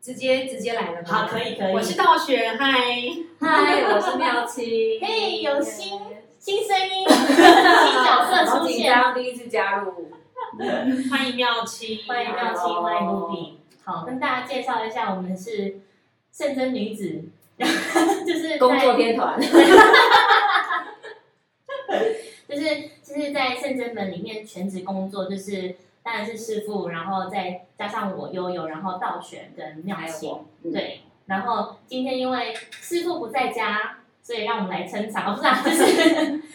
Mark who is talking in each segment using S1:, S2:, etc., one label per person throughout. S1: 直接直接来了吗？
S2: 好，可以可以。
S1: 我是道玄，嗨，
S3: 嗨，我是 妙清。
S4: 嘿有新新声音，
S3: 新
S4: 新角色
S3: 好
S4: 出
S3: 紧
S4: 现，
S3: 张，第一次加入。
S2: 欢迎妙七，
S4: 欢迎妙七
S2: 哦
S4: 欢迎 Ruby 好，跟大家介绍一下，我们是圣真女子， 就是在
S3: 工作天团，
S4: 就是就是在圣真门里面全职工作，就是当然是师傅，然后再加上我悠悠，然后道玄跟妙
S3: 还有
S4: 清
S3: 我，嗯
S4: 对。然后今天因为师傅不在家，所以让我们来撑场，哦不是、啊，就是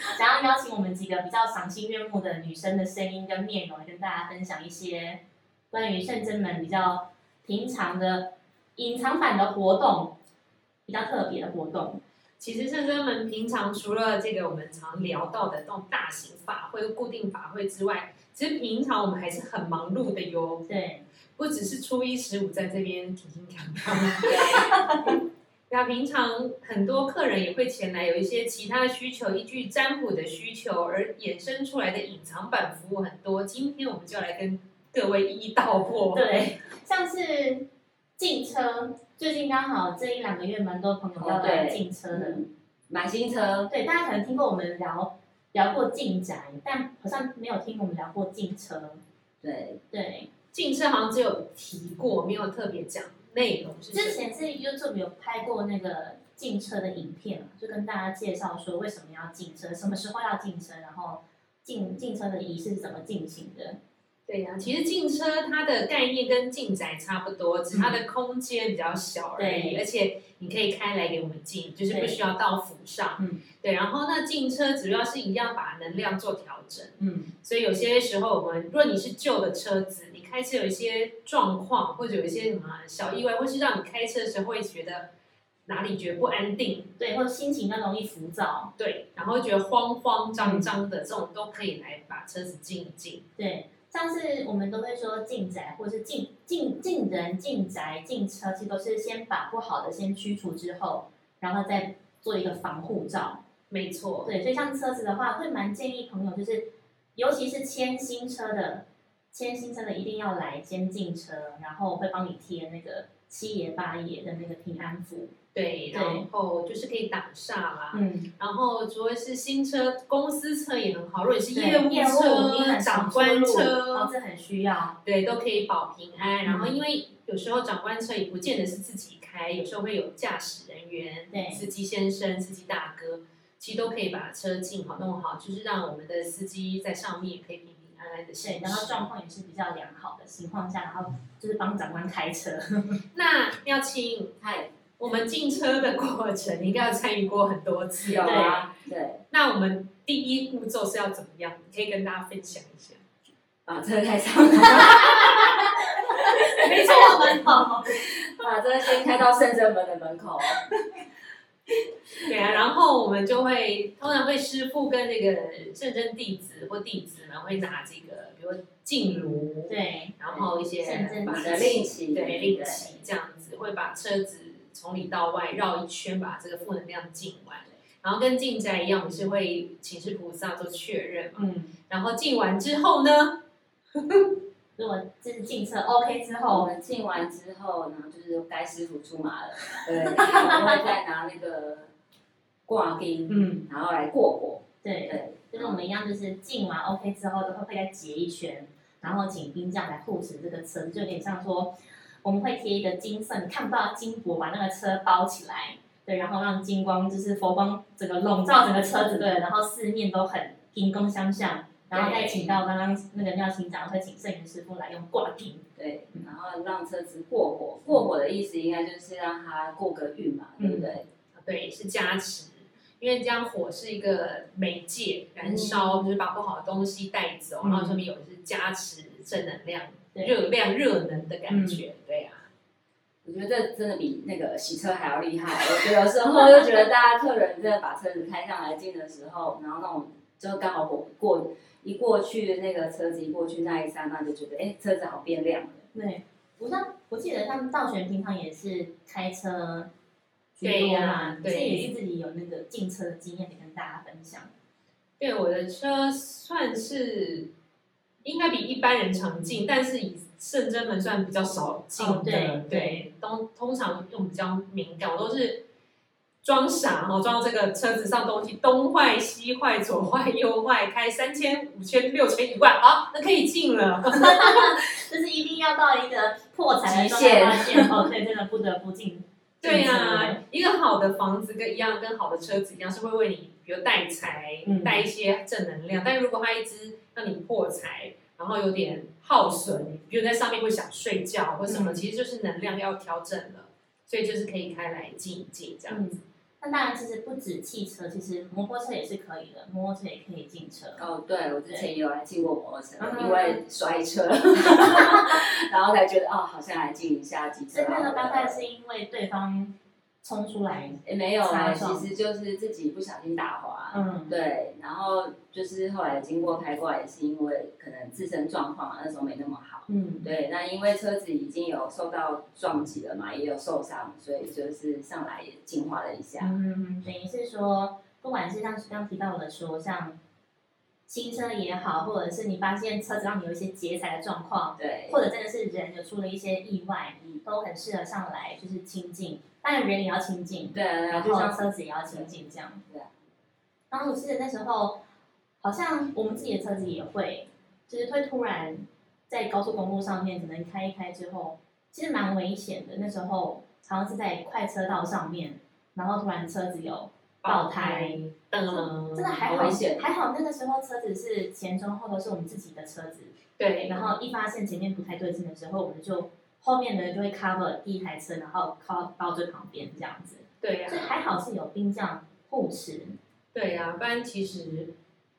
S4: 想要邀请我们几个比较赏心悦目的女生的声音跟面容，跟大家分享一些关于圣真门比较平常的隐藏版的活动，比较特别的活动。
S1: 其实圣真门平常除了这个我们常聊到的这种大型法会、固定法会之外，其实平常我们还是很忙碌的哟，
S4: 对，
S1: 不只是初一十五在这边停停躺躺。那啊平常很多客人也会前来，有一些其他的需求，依据占卜的需求而衍生出来的隐藏版服务很多。今天我们就来跟各位一一道破。
S4: 对，像是进车，最近刚好这一两个月蛮多朋友要来
S3: 哦对
S4: 进车的，
S3: 买新车，
S4: 对，大家可能听过我们聊聊过进宅，但好像没有听我们聊过进车。
S3: 对，
S4: 对，
S1: 进车好像只有提过，没有特别讲内容是什么。
S4: 之前是 YouTube 有拍过那个进车的影片嘛，就跟大家介绍说为什么要进车，什么时候要进车，然后进进车的仪式是怎么进行的。
S1: 对呀、其实进车它的概念跟进宅差不多，只是它的空间比较小而已，
S4: 对
S1: 而且你可以开来给我们进，就是不
S4: 对
S1: 需要到府上。
S4: 嗯，
S1: 对。然后那进车主要是一样把能量做调整，
S4: 嗯，
S1: 所以有些时候我们，如果你是旧的车子，你开车有一些状况，或者有一些什么小意外，或是让你开车的时候会觉得哪里觉得不安定，
S4: 对，或者心情更容易浮躁。
S1: 对，然后觉得慌慌
S4: 嗯
S1: 张张的，这种都可以来把车子静一静。
S4: 对，上次我们都会说进宅或是进进进人、进宅、进车，其实都是先把不好的先驱除之后，然后再做一个防护罩。
S1: 没错，
S4: 对，所以像车子的话，会蛮建议朋友就是，尤其是签新车的，签新车的一定要来先进车，然后会帮你贴那个七爷八爷的那个平安符。
S1: 对，然后就是可以挡煞啦。
S4: 嗯，
S1: 然后除了是新车，公司车也很好，如果你是
S4: 对
S1: 业务
S4: 业
S1: 车、
S4: 你很
S1: 长
S4: 常
S1: 官
S4: 出入哦，
S1: 车，
S4: 这很需要。
S1: 对，都可以保平安。
S4: 嗯
S1: 然后因为有时候长官车也不见得是自己开，有时候会有驾驶人员、
S4: 对
S1: 司机先生、司机大哥，其实都可以把车进好弄好，就是让我们的司机在上面也可以平平安安的
S4: 对，然后状况也是比较良好的情况下，然后就是帮长官开车。
S1: 那妙清，
S3: 嗨，
S1: 我们进车的过程，你应该有参与过很多次
S3: 有啊，对，
S1: 那我们第一步骤是要怎么样？你可以跟大家分享一下。
S3: 把车开上来，
S1: 没 错，
S4: 很好，
S3: 把车先开到圣真门的门口，
S1: 对啊。然后我们就会通常会师傅跟那个圣真弟子或弟子们会拿这个，比如说净炉，，
S4: 对，
S1: 然后一些
S4: 圣真
S1: 把
S3: 你
S1: 这
S3: 的令旗，
S1: 对令旗这样子，会把车子从里到外绕一圈，把这个负能量净完。然后跟进宅一样，我们是会请示菩萨做确认嘛。
S4: 嗯，
S1: 然后净完之后呢，
S4: 如果就是进车 OK 之
S3: 我
S4: 后，
S3: 们进完之后，然后就是该师傅出马了，对，我们会再拿那个挂钉，
S4: 嗯，
S3: 然后来过火，
S4: 对，
S3: 对，
S4: 就是我们一样，就是进完 OK 之后，都会会再结一圈，然后请兵将来护持这个车，就有点像说我们会贴一个金色，你看不到金箔，把那个车包起来，对，然后让金光就是佛光整个笼罩整个车子，对，然后四面都很平光相向，然后再请到刚刚那个妙清长会请圣元师傅来用挂钉，
S3: 对，然后让车子过火，过火的意思应该就是让它过个运嘛，对不对？
S1: 对，是加持，因为这样火是一个媒介，燃烧、就是把不好的东西带走，
S4: 嗯
S1: 然后上面有的是加持正能量、
S4: 对嗯
S1: 热量、热能的感觉，对啊呀、
S3: 我觉得这真的比那个洗车还要厉害。我觉得有时候就觉得大家客人真的把车子开上来进的时候，然后那种就刚好火过一过去那个车子一过去那一刹那就觉得，哎，车子好变亮了。
S4: 对，我像我记得像道玄平常也是开车居
S1: 对
S4: 多
S1: 呀
S4: 嘛，所
S1: 对
S4: 以也是自己有那个进车的经验，可以跟大家分享。
S1: 对，我的车算是应该比一般人常进，但是以圣真门算比较少进的，
S4: 哦对
S1: 对，通通常用比较敏感，我都是装傻哦，装到这个车子上东西东坏西坏左坏右坏，开三千五千六千一万，好，那可以进了，
S4: 就是一定要到一个破财的状
S3: 极
S4: 态
S3: 限
S4: 发现哦，对，真的不得不进。
S1: 对呀、
S4: 呀，
S1: 一个好的房子跟一样跟好的车子一样，是会为你比如带财
S4: 嗯，
S1: 带一些正能量。但如果它一直让你破财，然后有点耗损，比如在上面会想睡觉或什么，
S4: 嗯
S1: 其实就是能量要调整了。所以就是可以开来静一静这样。
S4: 嗯，那当然，其实不止汽车，其实摩托车也是可以的，摩托车也可以进车。
S3: 哦，对，我之前也有来进过摩托车，
S1: 嗯
S3: 因为摔 车，然后才觉得哦，好像来进一下机车
S4: 所
S3: 啊
S4: 以
S3: 好了。
S4: 那个当代是因为对方冲出来，
S3: 诶没有
S4: 擦
S3: 啊，
S4: 撞
S3: 其实就是自己不小心打滑。
S4: 嗯，
S3: 对，然后就是后来经过开挂，也是因为可能自身状况啊那时候没那么好。
S4: 嗯，
S3: 对，那因为车子已经有受到撞击了嘛，也有受伤，所以就是上来也进化了一下。
S4: 嗯，等于是说，不管是像刚提到的说，像新车也好，或者是你发现车子让你有一些劫财的状况，
S3: 对，
S4: 或者真的是人有出了一些意外
S3: 嗯，
S4: 都很适合上来就是亲近，当然人也要亲近，
S3: 对啊，
S4: 然
S3: 然后就
S4: 后
S3: 像
S4: 车子也要亲近这样
S3: 对啊。
S4: 然后我记得那时候，好像我们自己的车子也会，就是会突然在高速公路上面，可能开一开之后，其实蛮危险的。那时候好像是在快车道上面，然后突然车子有爆胎，
S1: 噔，
S4: 真的还
S3: 嗯好
S4: 好
S3: 危险，
S4: 还好那个时候车子是前中后都是我们自己的车子，
S1: 对，
S4: 然后一发现前面不太对劲的时候，我们就后面的人就会 cover 第一台车，然后靠到最旁边这样子。
S1: 对呀、
S4: 所以还好是有冰将护持，
S1: 对呀、不然其实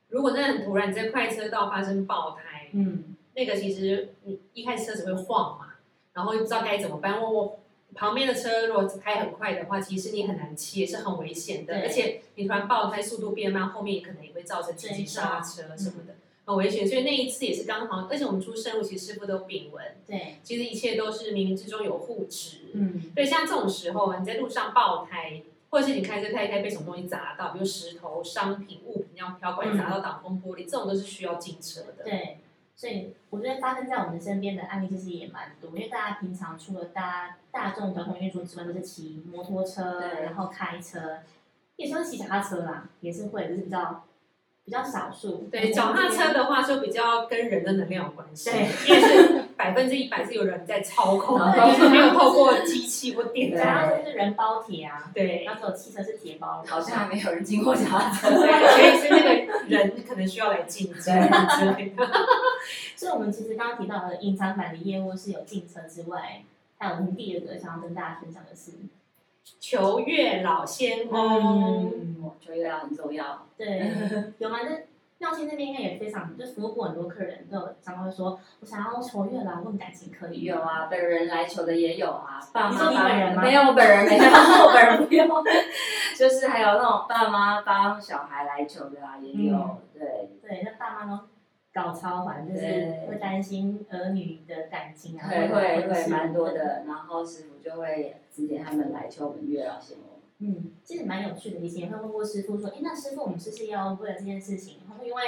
S1: 如果真的很突然，你在快车道发生爆胎，
S4: 嗯，
S1: 那个其实你一开始车子会晃嘛，然后又不知道该怎么办。我我旁边的车如果开很快的话，其实你很难切，是很危险的。
S4: 对
S1: 而且你突然爆胎，速度变慢，后面也可能也会造成紧急
S4: 啊
S1: 刹车
S4: 嗯
S1: 什么的，很危险。所以那一次也是刚好，而且我们出生物其实师傅都秉文，
S4: 对，
S1: 其实一切都是冥冥之中有护持。
S4: 嗯，
S1: 对，像这种时候啊，你在路上爆胎，或者是你开车开一开被什么东西砸到，比如石头、商品、物品这样飘过来
S4: 嗯
S1: 砸到挡风玻璃，这种都是需要进车的。
S4: 对，所以我觉得发生在我们身边的案例其实也蛮多，因为大家平常除了搭大众交通运输之外，都是骑摩托车，
S3: 对
S4: 然后开车，也说是骑脚踏车啦，也是会，就是比较比较少数。
S1: 对，脚踏车的话就比较跟人的能量有关系，
S4: 嗯对
S1: 因为是百分之一百是有人在操控的，
S3: 对
S1: 就是没有透过机器或电
S4: 脚
S1: 脑。
S4: 踏车就是人包铁啊，
S1: 对，
S4: 然后只有汽车是铁包的，
S3: 好像还没有人经过脚 踏车。
S1: 所以所以是那个人可能需要来进车 之类的。
S4: 所以，我们其实刚刚提到的隐藏版的业务是有进车之外，还有我们第二个想要跟大家分享的是，
S1: 求月老仙翁，
S3: 我觉得很重要。
S4: 对，有吗？那妙清那边应该也非常，就服务过很多客人，都有常常会说，我想要求月老问感情可以
S3: 有
S4: 吗？
S3: 啊，本人来求的也有啊，爸
S4: 你
S3: 妈
S4: 说你
S3: 帮
S4: 本人吗
S3: 没有，我本人没有， 我本人不用。就是还有那种爸妈帮小孩来求的啊，也有。
S4: 嗯
S3: 对，
S4: 对，那爸妈都搞超烦，就是
S3: 对
S4: 会担心儿女的感情啊，
S3: 会
S4: 或者
S3: 会
S4: 婚
S3: 会
S4: 事
S3: 蛮多
S4: 等等。
S3: 的，然后师傅就会指点他们来求我们月老仙翁。
S4: 嗯，其实蛮有趣的。以前也会问过师傅说，哎，那师傅我们是不是要为了这件事情，然后因为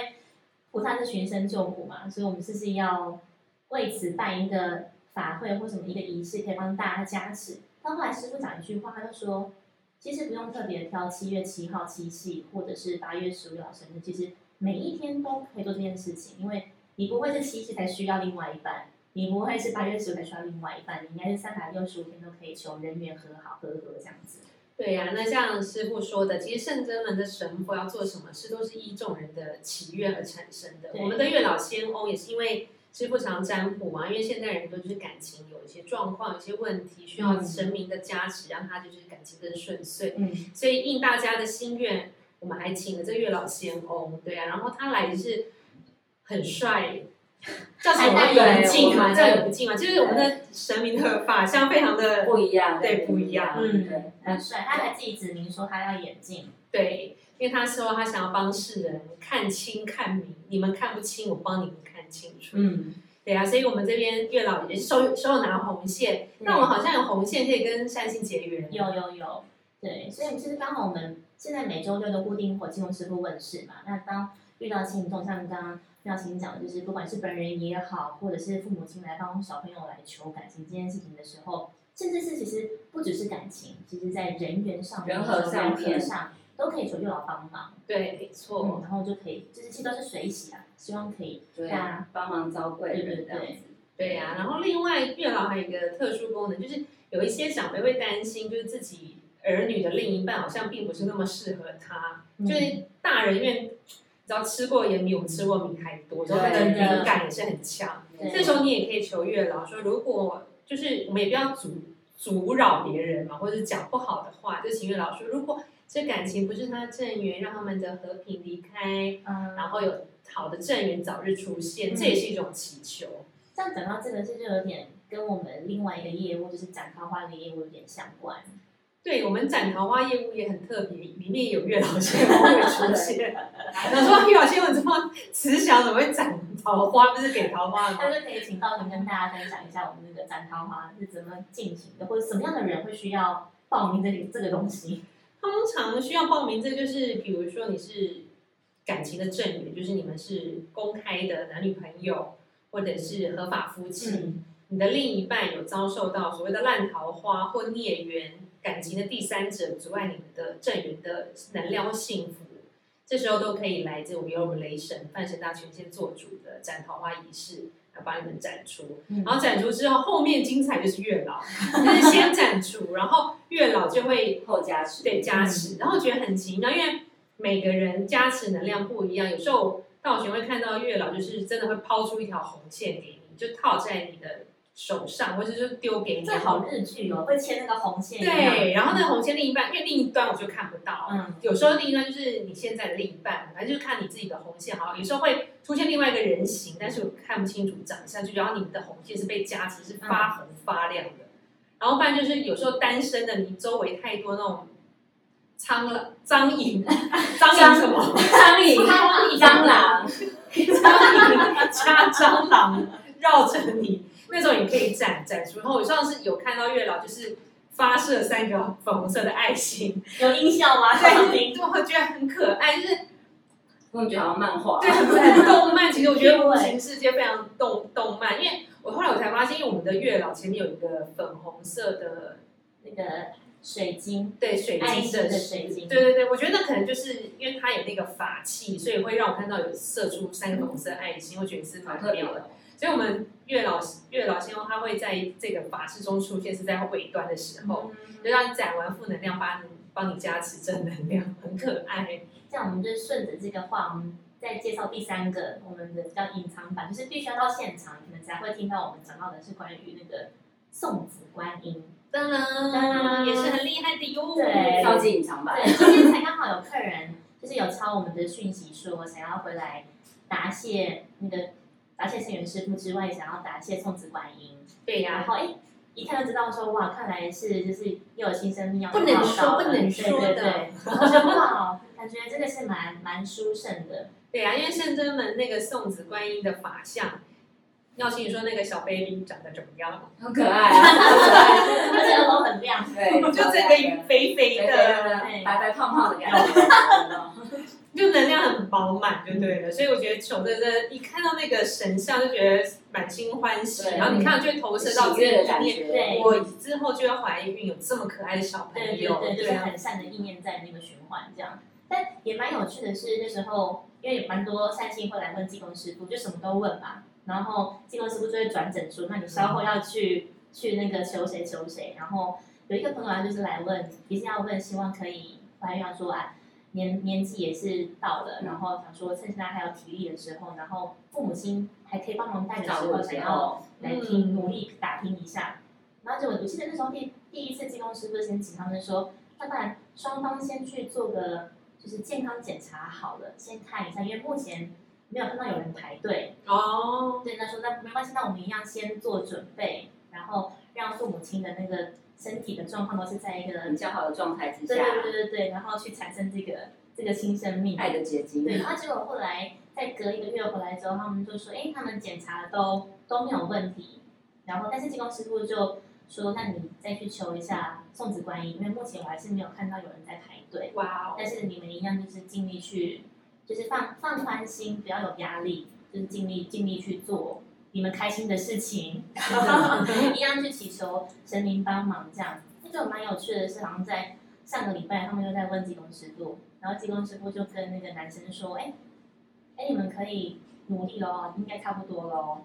S4: 菩萨是寻声救苦嘛，所以我们是不是要为此办一个法会或什么一个仪式，可以帮大家加持？但后来师傅讲一句话，他就说，其实不用特别挑七月七号七夕，或者是八月十五老生日，其实每一天都可以做这件事情，因为你不会是七夕才需要另外一半。你不会是八月十五才需要另外一半，你应该是三百六十五天都可以求人缘和好和和这样子。
S1: 对呀、那像师傅说的，其实圣真门的神佛要做什么事，都是依众人的祈愿而产生的。
S4: 对
S1: 我们的月老仙翁也是因为师傅常占卜嘛，因为现代人都是感情有一些状况、有一些问题，需要
S4: 嗯
S1: 神明的加持，让他就是感情更顺遂。
S4: 嗯，
S1: 所以应大家的心愿，我们还请了这月老仙翁，对啊，然后他来也是很帅。叫什么
S4: 还
S1: 有
S4: 戴眼
S1: 不敬嘛？
S3: 镜
S1: 叫有不敬嘛？就是我们的神明的法相非常的
S3: 不一样，
S1: 对不一样
S3: 对
S4: 嗯，，很帅。他还自己指明说他要眼镜，
S1: 对，因为他说他想要帮世人看清看明，你们看不清，我帮你们看清楚。
S4: 嗯，
S1: 对啊，所以我们这边月老也是手手有拿红线，那我们好像有红线可以跟善信结缘。
S4: 嗯有有有，对，所以其实刚好我们现在每周六都固定火金龙师傅问世嘛，那当。遇到轻重，像刚刚妙琴讲的，就是不管是本人也好，或者是父母亲来帮小朋友来求感情这件事情的时候，甚至是其实不只是感情，其实在人员上面、
S3: 人和上面
S4: 人员上都可以求月老帮忙，
S1: 对，没
S4: 嗯，
S1: 错，
S4: 然后就可以，就是其实都是水洗啊，希望可以
S3: 对啊，帮忙招贵人
S4: 对对
S3: 这样
S4: 对
S3: 子。
S1: 对呀、然后另外月老还有一个特殊功能，就是有一些长辈会担心，就是自己儿女的另一半好像并不是那么适合他，
S4: 嗯
S1: 就是大人愿，只要吃过盐比我们吃过米还多，所以那个
S4: 对
S1: 敏感也是很强。
S4: 对
S1: 这时候你也可以求月老说，如果就是我们也不要阻阻扰别人嘛，或者讲不好的话，就请月老说，如果这感情不是他正缘，让他们的和平离开，
S4: 嗯，
S1: 然后有好的正缘早日出现，
S4: 嗯
S1: 这也是一种祈求。
S4: 这样讲到这个，这就有点跟我们另外一个业务，就是展开花的业务有点相关。
S1: 对我们斩桃花业务也很特别，里面有月老仙翁会出现。 然后说月老仙翁，你知道慈祥怎么会斩桃花？不是给桃花吗？
S4: 那就可以请道婷跟大家分享一下我们那个展桃花是怎么进行的，或者什么样的人会需要报名这个这个东西。
S1: 通常需要报名，这就是比如说你是感情的正缘，就是你们是公开的男女朋友，或者是合法夫妻，
S4: 嗯
S1: 你的另一半有遭受到所谓的烂桃花或孽缘，感情的第三者阻碍你们的正缘的能量或幸福，这时候都可以来自我们由我们雷神泛神大权限做主的斩桃花仪式。来把你们斩除，
S4: 嗯
S1: 然后斩除之后，后面精彩就是月老，就是先斩除，然后月老就会
S3: 后加持，
S1: 对加持，嗯然后觉得很奇妙，因为每个人加持能量不一样，有时候道玄会看到月老，就是真的会抛出一条红线给你，就套在你的手上，或者就丢给你。
S4: 这好日剧哦，会牵那个红线一样。
S1: 对，然后那红线另一半，因为另一端我就看不到，
S4: 嗯
S1: 有时候另一端就是你现在的另一半，反正就是看你自己的红线好，有时候会出现另外一个人形，但是我看不清楚长相，就然后你的红线是被加持，是发红发亮的。然后不然就是有时候单身的，你周围太多那种苍了苍蝇，苍蝇什么？
S3: 苍蝇、蟑螂，
S1: 苍蝇加蟑螂绕着你，那种也可以展展出。然后我上次有看到月老就是发射三个粉红色的爱心，
S4: 有音效吗？道
S1: 对，
S4: 婷，
S1: 就会觉得很可爱，就是
S3: 我们觉得好像漫画。
S1: 对，很动漫。其实我 觉得无形世界非常动动漫，因为我后来我才发现，因为我们的月老前面有一个粉红色的
S4: 那个水晶，
S1: 对水
S4: 爱
S1: 晶
S4: 心的
S1: 石
S4: 水晶
S1: 对对对，我觉得那可能就是因为它有那个法器，所以会让我看到有射出三个粉红色爱心，我觉得是
S3: 好
S1: 蛮
S3: 特别
S1: 妙的。
S3: 的，
S1: 所以我们月老月老仙翁他会在这个法事中出现，是在尾端的时
S4: 嗯
S1: 候，就让你攒完负能量，帮你帮你加持正能量，很可爱。
S4: 这样我们就顺着这个话，我们再介绍第三个我们的叫隐藏版，就是必须要到现场，可能才会听到我们讲到的是关于那个送子观音。
S1: 当然
S4: 当
S1: 也是很厉害的哟。
S4: 对
S3: 超级隐藏版。
S4: 对，今天才刚好有客人，就是有敲我们的讯息说想要回来答谢那个答谢圣元师傅之外，想要答谢送子观音，
S1: 对呀、
S4: 然后哎。一看就知道说哇，看来是就是又有新生命要
S1: 不能
S4: 报道
S1: 说
S4: 了
S1: 不能
S4: 对
S1: 说
S4: 对
S1: 的
S4: 对，我觉得哇，感觉真的是蛮蛮殊胜的，
S1: 对啊，因为圣真门那个送子观音的法像，耀庆说那个小 baby 长得怎么样？
S3: 很可爱啊，
S4: 而且耳朵很亮，
S3: 对，
S1: 就这
S3: 超可爱
S1: 个
S3: 的
S1: 肥肥
S3: 对对
S1: 的，
S3: 对对
S4: 对
S3: 白白胖胖的感觉，
S1: 就能量很饱满，就对了。所以我觉得求真真一看到那个神像就觉得满心欢喜，
S3: 对
S1: 然后你看到就会投射到
S3: 喜
S1: 自己
S3: 悦的
S1: 里
S3: 感
S1: 面。
S3: 觉
S4: 对。
S1: 我之后就要怀孕，有这么可爱的小朋
S4: 对对
S1: 友，
S4: 对，就是
S1: 啊，
S4: 很善的意念在那个循环这样。但也蛮有趣的是，那时候因为有蛮多善心会来问济公师傅，就什么都问嘛。然后济公师傅就会转诊说，那你稍后要去、去那个求谁求谁。然后有一个朋友他就是来问，也是要问，希望可以怀孕，说啊，年年纪也是到了，
S3: 嗯
S4: 然后想说趁现在还有体力的时候，然后父母亲还可以帮忙带的时
S3: 照顾
S4: 候，
S3: 的
S4: 想
S3: 时
S4: 要
S3: 候，
S4: 来拼，努力打拼一下。然后就我我记得那时候第第一次进公司，就先请他们说，要不然双方先去做个就是健康检查好了，先看一下，因为目前没有看到有人排队。
S1: 哦，
S4: 对，那说那没关系，那我们一样先做准备，然后让父母亲的那个身体的状况都是在一个
S3: 比较好的状态之
S4: 对
S3: 下，
S4: 对对对对，然后去产生这个这个新生命。
S3: 爱的结晶，
S4: 哎 对，然后结果后来再隔一个月回来之后，他们就说，哎，他们检查都都没有问题。然后，但是济公师傅就说，那你再去求一下送子观音，因为目前我还是没有看到有人在排队，
S1: 哇哦，
S4: 但是你们一样就是尽力去就是放放宽心，不要有压力，就是尽力尽力去做你们开心的事 情，一样去祈求神明帮忙这样。那就蛮有趣的是，好像在上个礼拜他们又在问济公师傅，然后济公师傅就跟那个男生说：“哎、哎、你们可以努力喽，应该差不多喽。”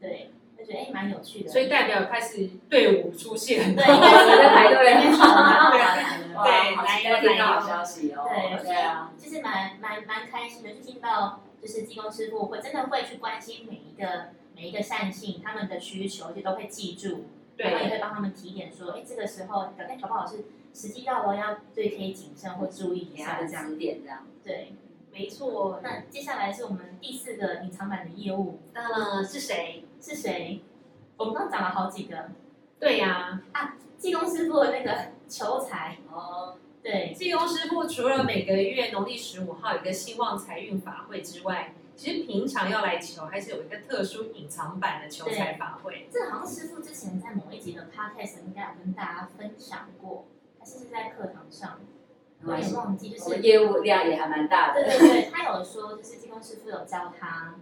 S4: 对，就觉得哎蛮、有趣的。
S1: 所以代表开始队伍出现，
S4: 对，应该
S3: 我
S4: 是
S3: 在
S4: 在
S3: 排
S4: 排
S3: 队
S4: 队
S3: 了
S4: 了。
S3: 哇好期待听到好消息哦。
S4: 对
S3: 对啊，
S4: 其实蛮蛮蛮开心的，就听到就是技工师傅会真的会去关心每一个每一个善信他们的需求，就都会记住，然后也
S1: 对，
S4: 会帮他们提点说，哎，这个时候搞哎搞不好是时机到了，要对可以谨慎或注意一
S3: 给他
S4: 下
S3: 的
S4: 这样。
S3: 指点这样。
S4: 对，
S1: 没错。
S4: 那接下来是我们第四个隐藏版的业务
S1: 那是谁？
S4: 是谁？我们刚讲了好几个，
S1: 对呀、
S4: 技工师傅的那个求财，
S3: 哦，
S4: 对，
S1: 济公师傅除了每个月农历十五号有一个兴旺财运法会之外，其实平常要来求还是有一个特殊隐藏版的求财法会。
S4: 这好像师傅之前在某一集的 podcast 应该有跟大家分享过，还是是在课堂上，我也忘记，就是
S3: 我们业务量哦也还蛮大
S4: 对
S3: 的。
S4: 对对，他有说就是济公师傅有教他，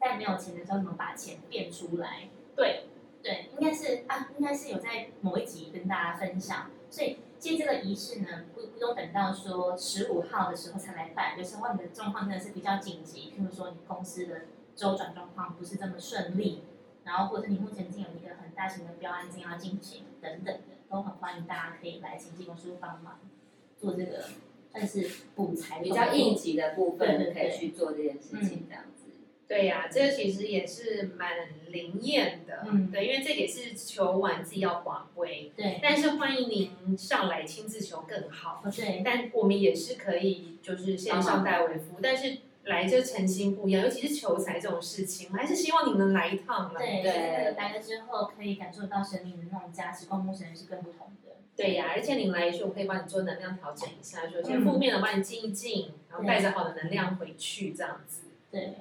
S4: 在没有钱的时候怎么把钱变出来。
S1: 对
S4: 对，应该是啊，应该是有在某一集跟大家分享。所以其实这个仪式呢，不不用等到说十五号的时候才来办，有时候你的状况真的是比较紧急，譬如说你公司的周转状况不是这么顺利，然后或者是你目前已经有一个很大型的标案正要进行等等的，都很欢迎大家可以来请济公师傅帮忙做这个。算是补财的
S3: 比
S4: 动作
S3: 较应急的部分就可以去做这件事
S4: 嗯
S3: 情，这样子。
S1: 对呀、这个其实也是蛮灵验的，
S4: 嗯
S1: 对，因为这个也是求完自己要划归，
S4: 对，
S1: 但是欢迎您上来亲自求更好。
S4: 哦对，
S1: 但我们也是可以就是线上代为服务，但是来这诚心不一样，尤其是求财这种事情，我还是希望你能来一趟啦。
S4: 对，就
S3: 对
S4: 是来了之后可以感受到神明的那种加持，跟牧神是更不同的。
S1: 对呀、而且你来一句，我可以帮你做能量调整一下，就
S4: 嗯
S1: 先负面的帮你静一静，然后带着好的能量回去，这样子。
S4: 对，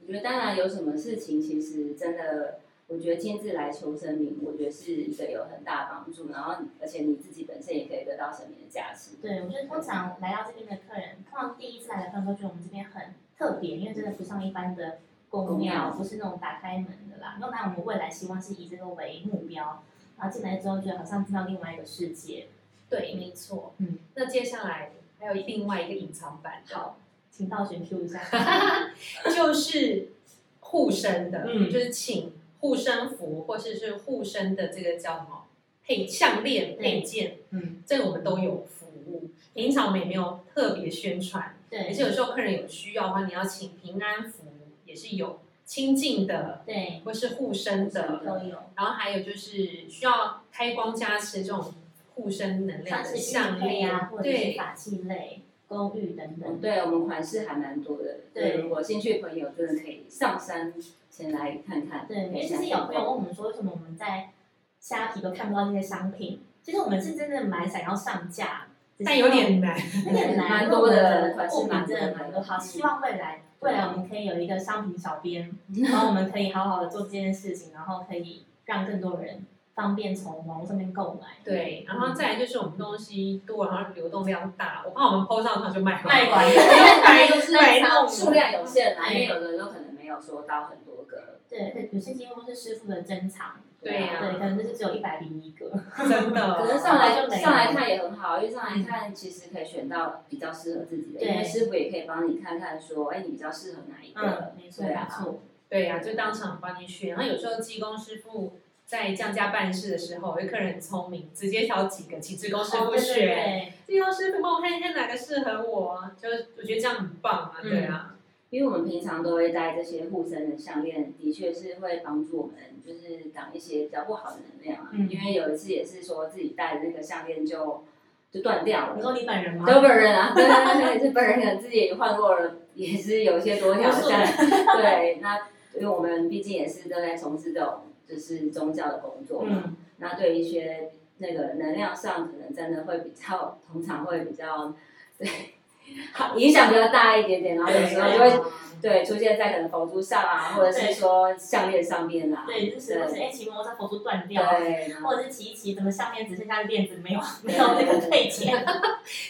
S3: 我觉得当然有什么事情，其实真的，我觉得亲自来求神明，我觉得是一个有很大帮助，然后而且你自己本身也可以得到神明的加持。
S4: 对我觉得通常来到这边的客人，通常第一次来的客人都觉得我们这边很特别，因为真的不像一般的公
S3: 公
S4: 庙，
S3: 庙
S4: 不是那种打开门的啦。要不然我们未来希望是以这个为目标，然后进来之后觉得好像进到另外一个世界。
S1: 对，没错。
S4: 嗯，
S1: 那接下来还有另外一个隐藏版的，
S4: 好，请道玄 Q 一 下。
S1: 就是护身的，
S4: 嗯
S1: 就是请护身符或是是护身的这个叫什么配项
S4: 对
S1: 链配件，
S4: 嗯，
S1: 这个我们都有服务，平常我们也没有特别宣传。而
S4: 对
S1: 且有时候客人有需要的话，你要请平安符也是有清净的，
S4: 对，
S1: 或是护身的，
S4: 都有，
S1: 然后还有就是需要开光加持这种护身能量
S4: 像
S1: 的
S4: 是
S1: 项
S4: 项链
S1: 链
S4: 啊，或者是
S1: 对
S4: 法器类、公寓等
S3: 嗯，
S4: 等。
S3: 对我们款式还蛮多的，
S4: 对
S3: 如果有兴趣的朋友真的可以上山前来看看。
S4: 对，因为就是有朋友问我们说，为什么我们在虾皮都看不到这些商品？其实我们是真的蛮想要上架，只是
S1: 但有点难。
S4: 有点难，
S3: 蛮多的
S4: 因为
S3: 款式
S4: 我们的货品
S3: 蛮多的
S4: 真的蛮多。好，
S3: 嗯
S4: 希望未来未来我们可以有一个商品小 编，然后我们可以好好的做这件事情，然后可以让更多人方便从网络上面购买。
S1: 对，然后再来就是我们东西多，然后流动量大，我怕我们 PO 上它就卖完
S4: 卖完
S1: 了，白
S3: 就是
S1: 白弄
S3: 数量有限啦，
S4: 对
S3: 因为有的都可能没有收到很多个。
S4: 对，对，有些几乎是师傅的珍藏，
S1: 对呀
S3: 啊
S4: 对，可啊能就是只有一百零一个。
S1: 真的。
S3: 可能上来
S4: 就没了
S3: 上来看也很好，因为上来看其实可以选到比较适合自己的，
S4: 对
S3: 因为师傅也可以帮你看看说，哎，你比较适合哪一个
S4: 嗯，？没错
S3: 对
S4: 没
S3: 啊
S4: 错，
S1: 对呀、就当场帮你选。然后有时候技工师傅在降价办事的时候，有些客人很聪明，直接挑几个请技工师
S4: 哦
S1: 傅
S4: 对对
S1: 选。
S4: 对
S1: 技工师傅帮我看一看哪个适合我，就是我觉得这样很棒啊，
S4: 嗯
S1: 对啊，
S3: 因为我们平常都会戴这些护身的项链，的确是会帮助我们就是挡一些比较不好的能量啊。
S4: 嗯
S3: 因为有一次也是说自己戴的那个项链就就断掉了
S4: 你。说你本人吗？
S3: 都本人啊，对对对，是本人可能自己也换过了，也是有一些多条
S4: 无数
S3: 项。对，那因为我们毕竟也是都在从事这种就是宗教的工作嘛，
S4: 嗯，
S3: 那对一些那个能量上，可能真的会比较，通常会比较对影响比较大一点点，然后
S4: 嗯
S3: 有时候就会对出现在可能佛珠上啊，或者是说项链上面啊，
S4: 对，就是或是哎，骑摩托车佛珠断掉，
S3: 对，然 后
S4: 或者是骑一骑，怎么项链只剩下链子没有没有那个配件？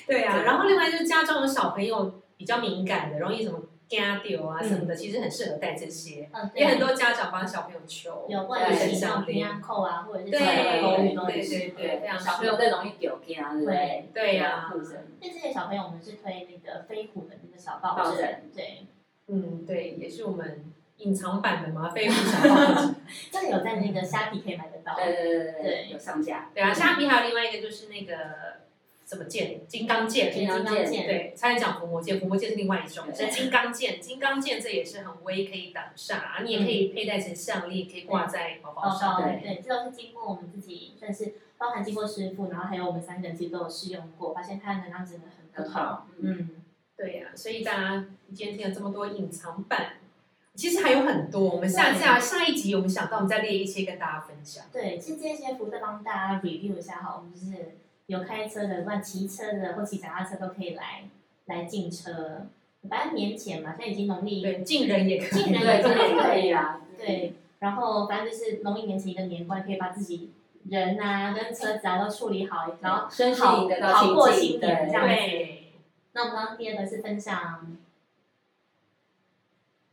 S1: 对啊。
S3: 对
S1: 然后另外就是家中有小朋友。比较敏感的，容易什么嘎丢啊
S4: 嗯
S1: 什么的，其实很适合带这些。
S4: 嗯，
S1: 也很
S4: 对，
S1: 多家长帮小朋友求，
S4: 有或者
S3: 对
S4: 是你上
S1: 像
S4: 平安扣啊，或者是
S1: 对
S4: 口
S1: 对
S4: 语都很
S1: 对
S4: 适合。
S1: 对，非常
S3: 小朋友更容易丢掉，对不对？
S1: 对呀、
S3: 护枕
S4: 对这些小朋友，我们是推那个飞虎的那个小抱
S3: 抱
S4: 枕，
S3: 枕，
S4: 对，
S1: 嗯，对，也是我们隐藏版的嘛，废物小报纸。
S4: 这个有在那个虾皮可以买得到。
S3: 对对对
S4: 对
S3: 有上架，
S1: 对啊，虾皮还有另外一个就是那个什么剑，金刚剑。
S4: 金刚
S3: 金刚
S4: 剑，
S1: 对，差点讲伏魔剑，伏魔剑是另外一种，
S3: 对
S1: 是金刚剑。金刚剑这也是很威，可以挡煞，啊你也可以佩戴成项链，可以挂在包包
S4: 包
S1: 上。
S4: 包
S3: 对
S4: 哦对，这都是经过我们自己，算是包含经过师傅，然后还有我们三个人其实都有试用过，发现它的能量真的很
S3: 很
S4: 不好。
S3: 好，嗯，
S4: 嗯，
S1: 对呀、所以大家今天听了这么多隐藏版，其实还有很多。我们下下下一集我们想到，我们再列一些跟大家分享。
S4: 对，其实这些服务再帮大家 review 一下哈，我们就是有开车的，不管骑车的或骑脚踏车都可以来来进车，反正年前嘛，现在已经农历
S1: 对，近人也可以。
S4: 近人
S3: 对，这个也可以啊，
S4: 对，然后反正就是农历年前一个年关，可以把自己人啊跟车子啊都处理好，然后
S3: 身心
S4: 好
S3: 灵得到
S4: 好过
S3: 亲近
S4: 新年
S3: 对
S4: 这样子。
S1: 对，
S4: 那我们刚刚第二个是分享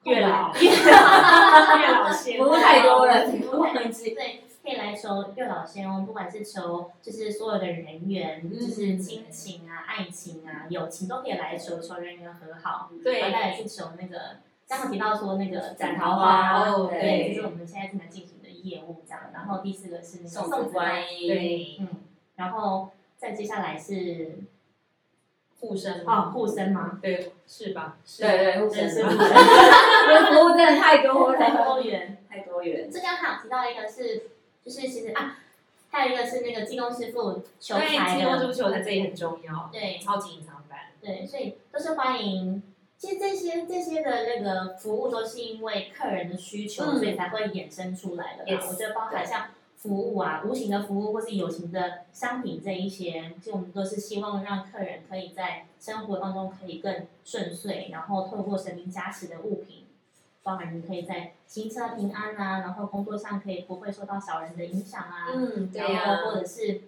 S1: 月老，月老仙
S3: 服务太多了，忘记，
S4: 对，可以来求月老仙翁，不管是求就是所有的人缘，
S1: 嗯
S4: 就是亲情啊、爱情啊、友情都可以来求，求人缘和好。
S1: 对
S4: 然后再来是求那个刚刚提到说那个
S3: 斩
S4: 斩
S3: 桃
S4: 桃
S3: 花
S4: 花，
S1: 哦
S4: 对，
S1: 对
S4: 这是我们现在正在进行的业务这样。然后第四个是那个
S3: 送
S4: 送
S3: 子
S4: 子观音，
S3: 观音，
S1: 对，
S4: 嗯，然后再接下来是
S1: 护身
S4: 哦护身吗？
S1: 对，是吧？是
S3: 对对，护
S4: 人
S3: 身
S4: 生
S3: 素，
S4: 路
S3: 服务真的太多
S4: 太
S3: 了，
S4: 多元。
S3: 太多元，
S4: 这刚好提到一个是，就是其实啊，还有一个是那个济公师傅求
S1: 对，
S4: 财
S1: 金光
S4: 的，
S1: 珠球台这也很重要，
S4: 对
S1: 超级隐藏版。
S4: 对，所以都是欢迎。其实这些这些的那个服务都是因为客人的需求，
S1: 嗯
S4: 所以才会衍生出来的啦。
S1: Yes，
S4: 我觉得包含像服务啊、无形的服务或是有形的商品这一些，就我们都是希望让客人可以在生活当中可以更顺遂，然后透过神明加持的物品，包含你可以在行车平安啊，然后工作上可以不会受到小人的影响啊，
S1: 嗯，对呀、
S4: 然后或者是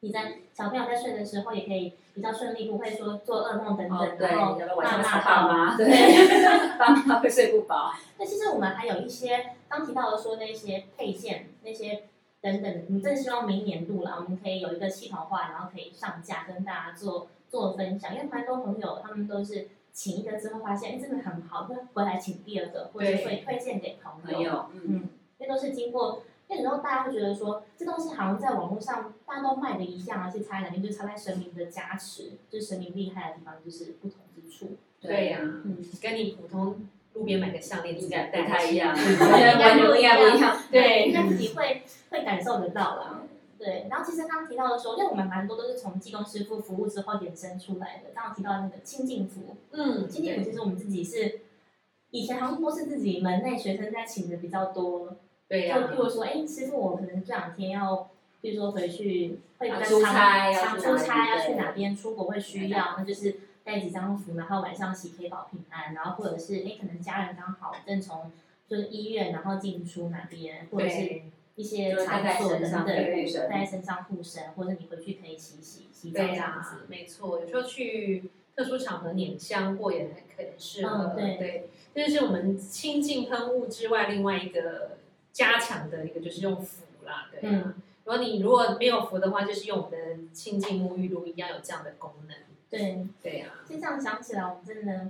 S4: 你在小朋友在睡的时候也可以比较顺利，不会说做噩梦等等，
S3: 哦，对，
S4: 然后
S3: 要不然晚上吵
S4: 骂
S3: 爸
S4: 爸妈。
S3: 妈，对， 爸妈会睡不饱，
S4: 那其实我们还有一些刚提到的说那些配件那些。等等，我们真的希望明年度啦，我们可以有一个系统化，然后可以上架跟大家做做分享，因为蛮多朋友他们都是请一个之后发现，哎，真的很好，那回来请第二个，或者
S1: 对
S4: 是会推荐给朋
S3: 朋友，嗯，
S4: 嗯，因为都是经过，因为有时候大家会觉得说，这东西好像在网络上大家都卖的一样，而啊且差在哪边，就是差在神明的加持，就是神明厉害的地方，就是不同之处。
S1: 对呀、
S4: 嗯，
S1: 跟你普通路边买个项链
S3: 应
S1: 自己
S3: 该
S1: 戴
S3: 不太一样，
S1: 是
S3: 完全不一样，不一样，
S1: 对
S4: 应该自己会会感受得到啦。对，然后其实刚刚提到的说，因为我们蛮多都是从技工师傅服务之后衍生出来的。刚刚提到那个清净服，
S1: 嗯，
S4: 清净服其实我们自己是以前好像都是自己门内学生在请的比较多，
S1: 对呀、
S4: 就譬如说，哎、师傅，我可能这两天要，譬如说回去会比
S3: 要
S4: 较
S3: 出
S4: 常
S3: 差要
S4: 常
S3: 去
S4: 出
S3: 哪里
S4: 差要
S3: 对
S4: 去哪嗯边，出国会需要，那就是带几张符，然后晚上洗可以保平安，然后或者是哎、可能家人刚好正从就是医院然后进出哪边，或者是
S1: 对
S4: 一些
S3: 就
S4: 场
S3: 带在
S4: 所
S3: 身上
S4: 等等。
S3: 的女生
S4: 带，在身上护身，或者你回去可以洗洗洗澡这
S1: 对
S4: 样
S1: 呀、
S4: 子。
S1: 没错，有时候去特殊场合捻香过也很很适合，
S4: 嗯对
S1: 对，这就是我们清净喷雾之外另外一个加强的一个就是用符啦，对、啊，
S4: 嗯
S1: 如果你如果没有符的话，就是用我们的清净沐浴露一样有这样的功能，
S4: 对，
S1: 对啊呀、
S4: 就这样想起来，我们真的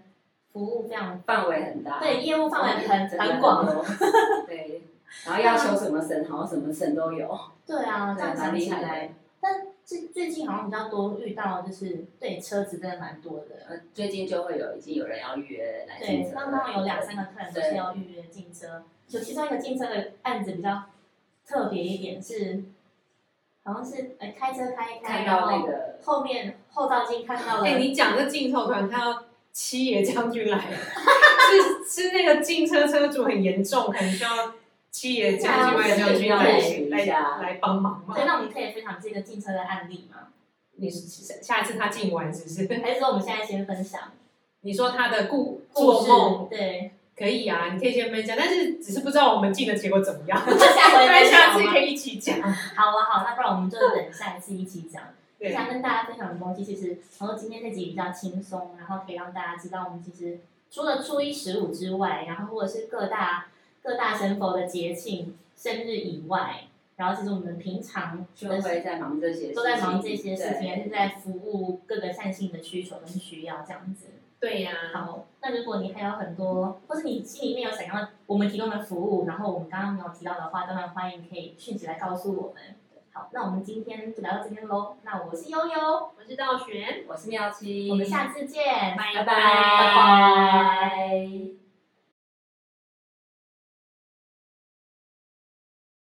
S4: 服务非常
S3: 范围很大，
S4: 对，业务范围很
S3: 真的
S4: 很广。，哦
S3: 哦 对，然后要求什么神，好像什么神都有，
S4: 对啊，这
S3: 对，
S4: 样
S3: 蛮
S4: 想
S3: 厉
S4: 起
S3: 害
S4: 来
S3: 的。
S4: 但最最近好像比较多遇到，就是对车子真的蛮多的。
S3: 呃，最近就会有已经有人要预约来进
S4: 对，
S3: 车，
S4: 刚刚有两三个客人都是要预约进车，有其中一个进车的案子比较特别一点是，好像是呃开车开一开，
S3: 看
S4: 然
S3: 到那
S4: 后
S3: 个
S4: 后面后照镜看到了，
S1: 哎、你讲这镜头，突然看到七爷将军 来，是是那个进车车主很严重，很需要七爷将军、外将军要来来来帮忙吗
S4: 对，？那我们可以分享这个进车的案例吗？
S1: 你是下一次他进完是不是？
S4: 还是说我们现在先分享
S1: 你说他的故
S4: 故
S1: 做
S4: 事
S1: 梦
S4: 对，
S1: 可以啊，你可以先分享，但是只是不知道我们进的结果怎么样，
S4: 下
S1: 不
S4: 回
S1: 然
S4: 分
S1: 下
S4: 享
S1: 次
S4: 吗
S1: 可以一起讲。
S4: 好啊，好，那不然我们就等下一次一起讲。
S1: 对
S4: 想跟大家分享的东西，其实然后今天这集比较轻松，然后可以让大家知道我们其实除了初一十五之外，然后或者是各大各大神佛的节庆、生日以外，然后其实我们平常
S3: 就会在忙这些事情，
S4: 都在忙这些事情，
S3: 对
S4: 还是在服务各个善性的需求跟需要这样子。
S1: 对呀、
S4: 好，那如果你还有很多，或是你心里面有想要我们提供的服务，然后我们刚刚没有提到的话，当然欢迎可以讯息来告诉我们。好，那我们今天就聊到这边喽。那我是悠悠，
S1: 我是道玄。
S3: 我是妙七，
S4: 我们下次见，
S1: 拜
S3: 拜拜
S4: 拜拜
S3: 拜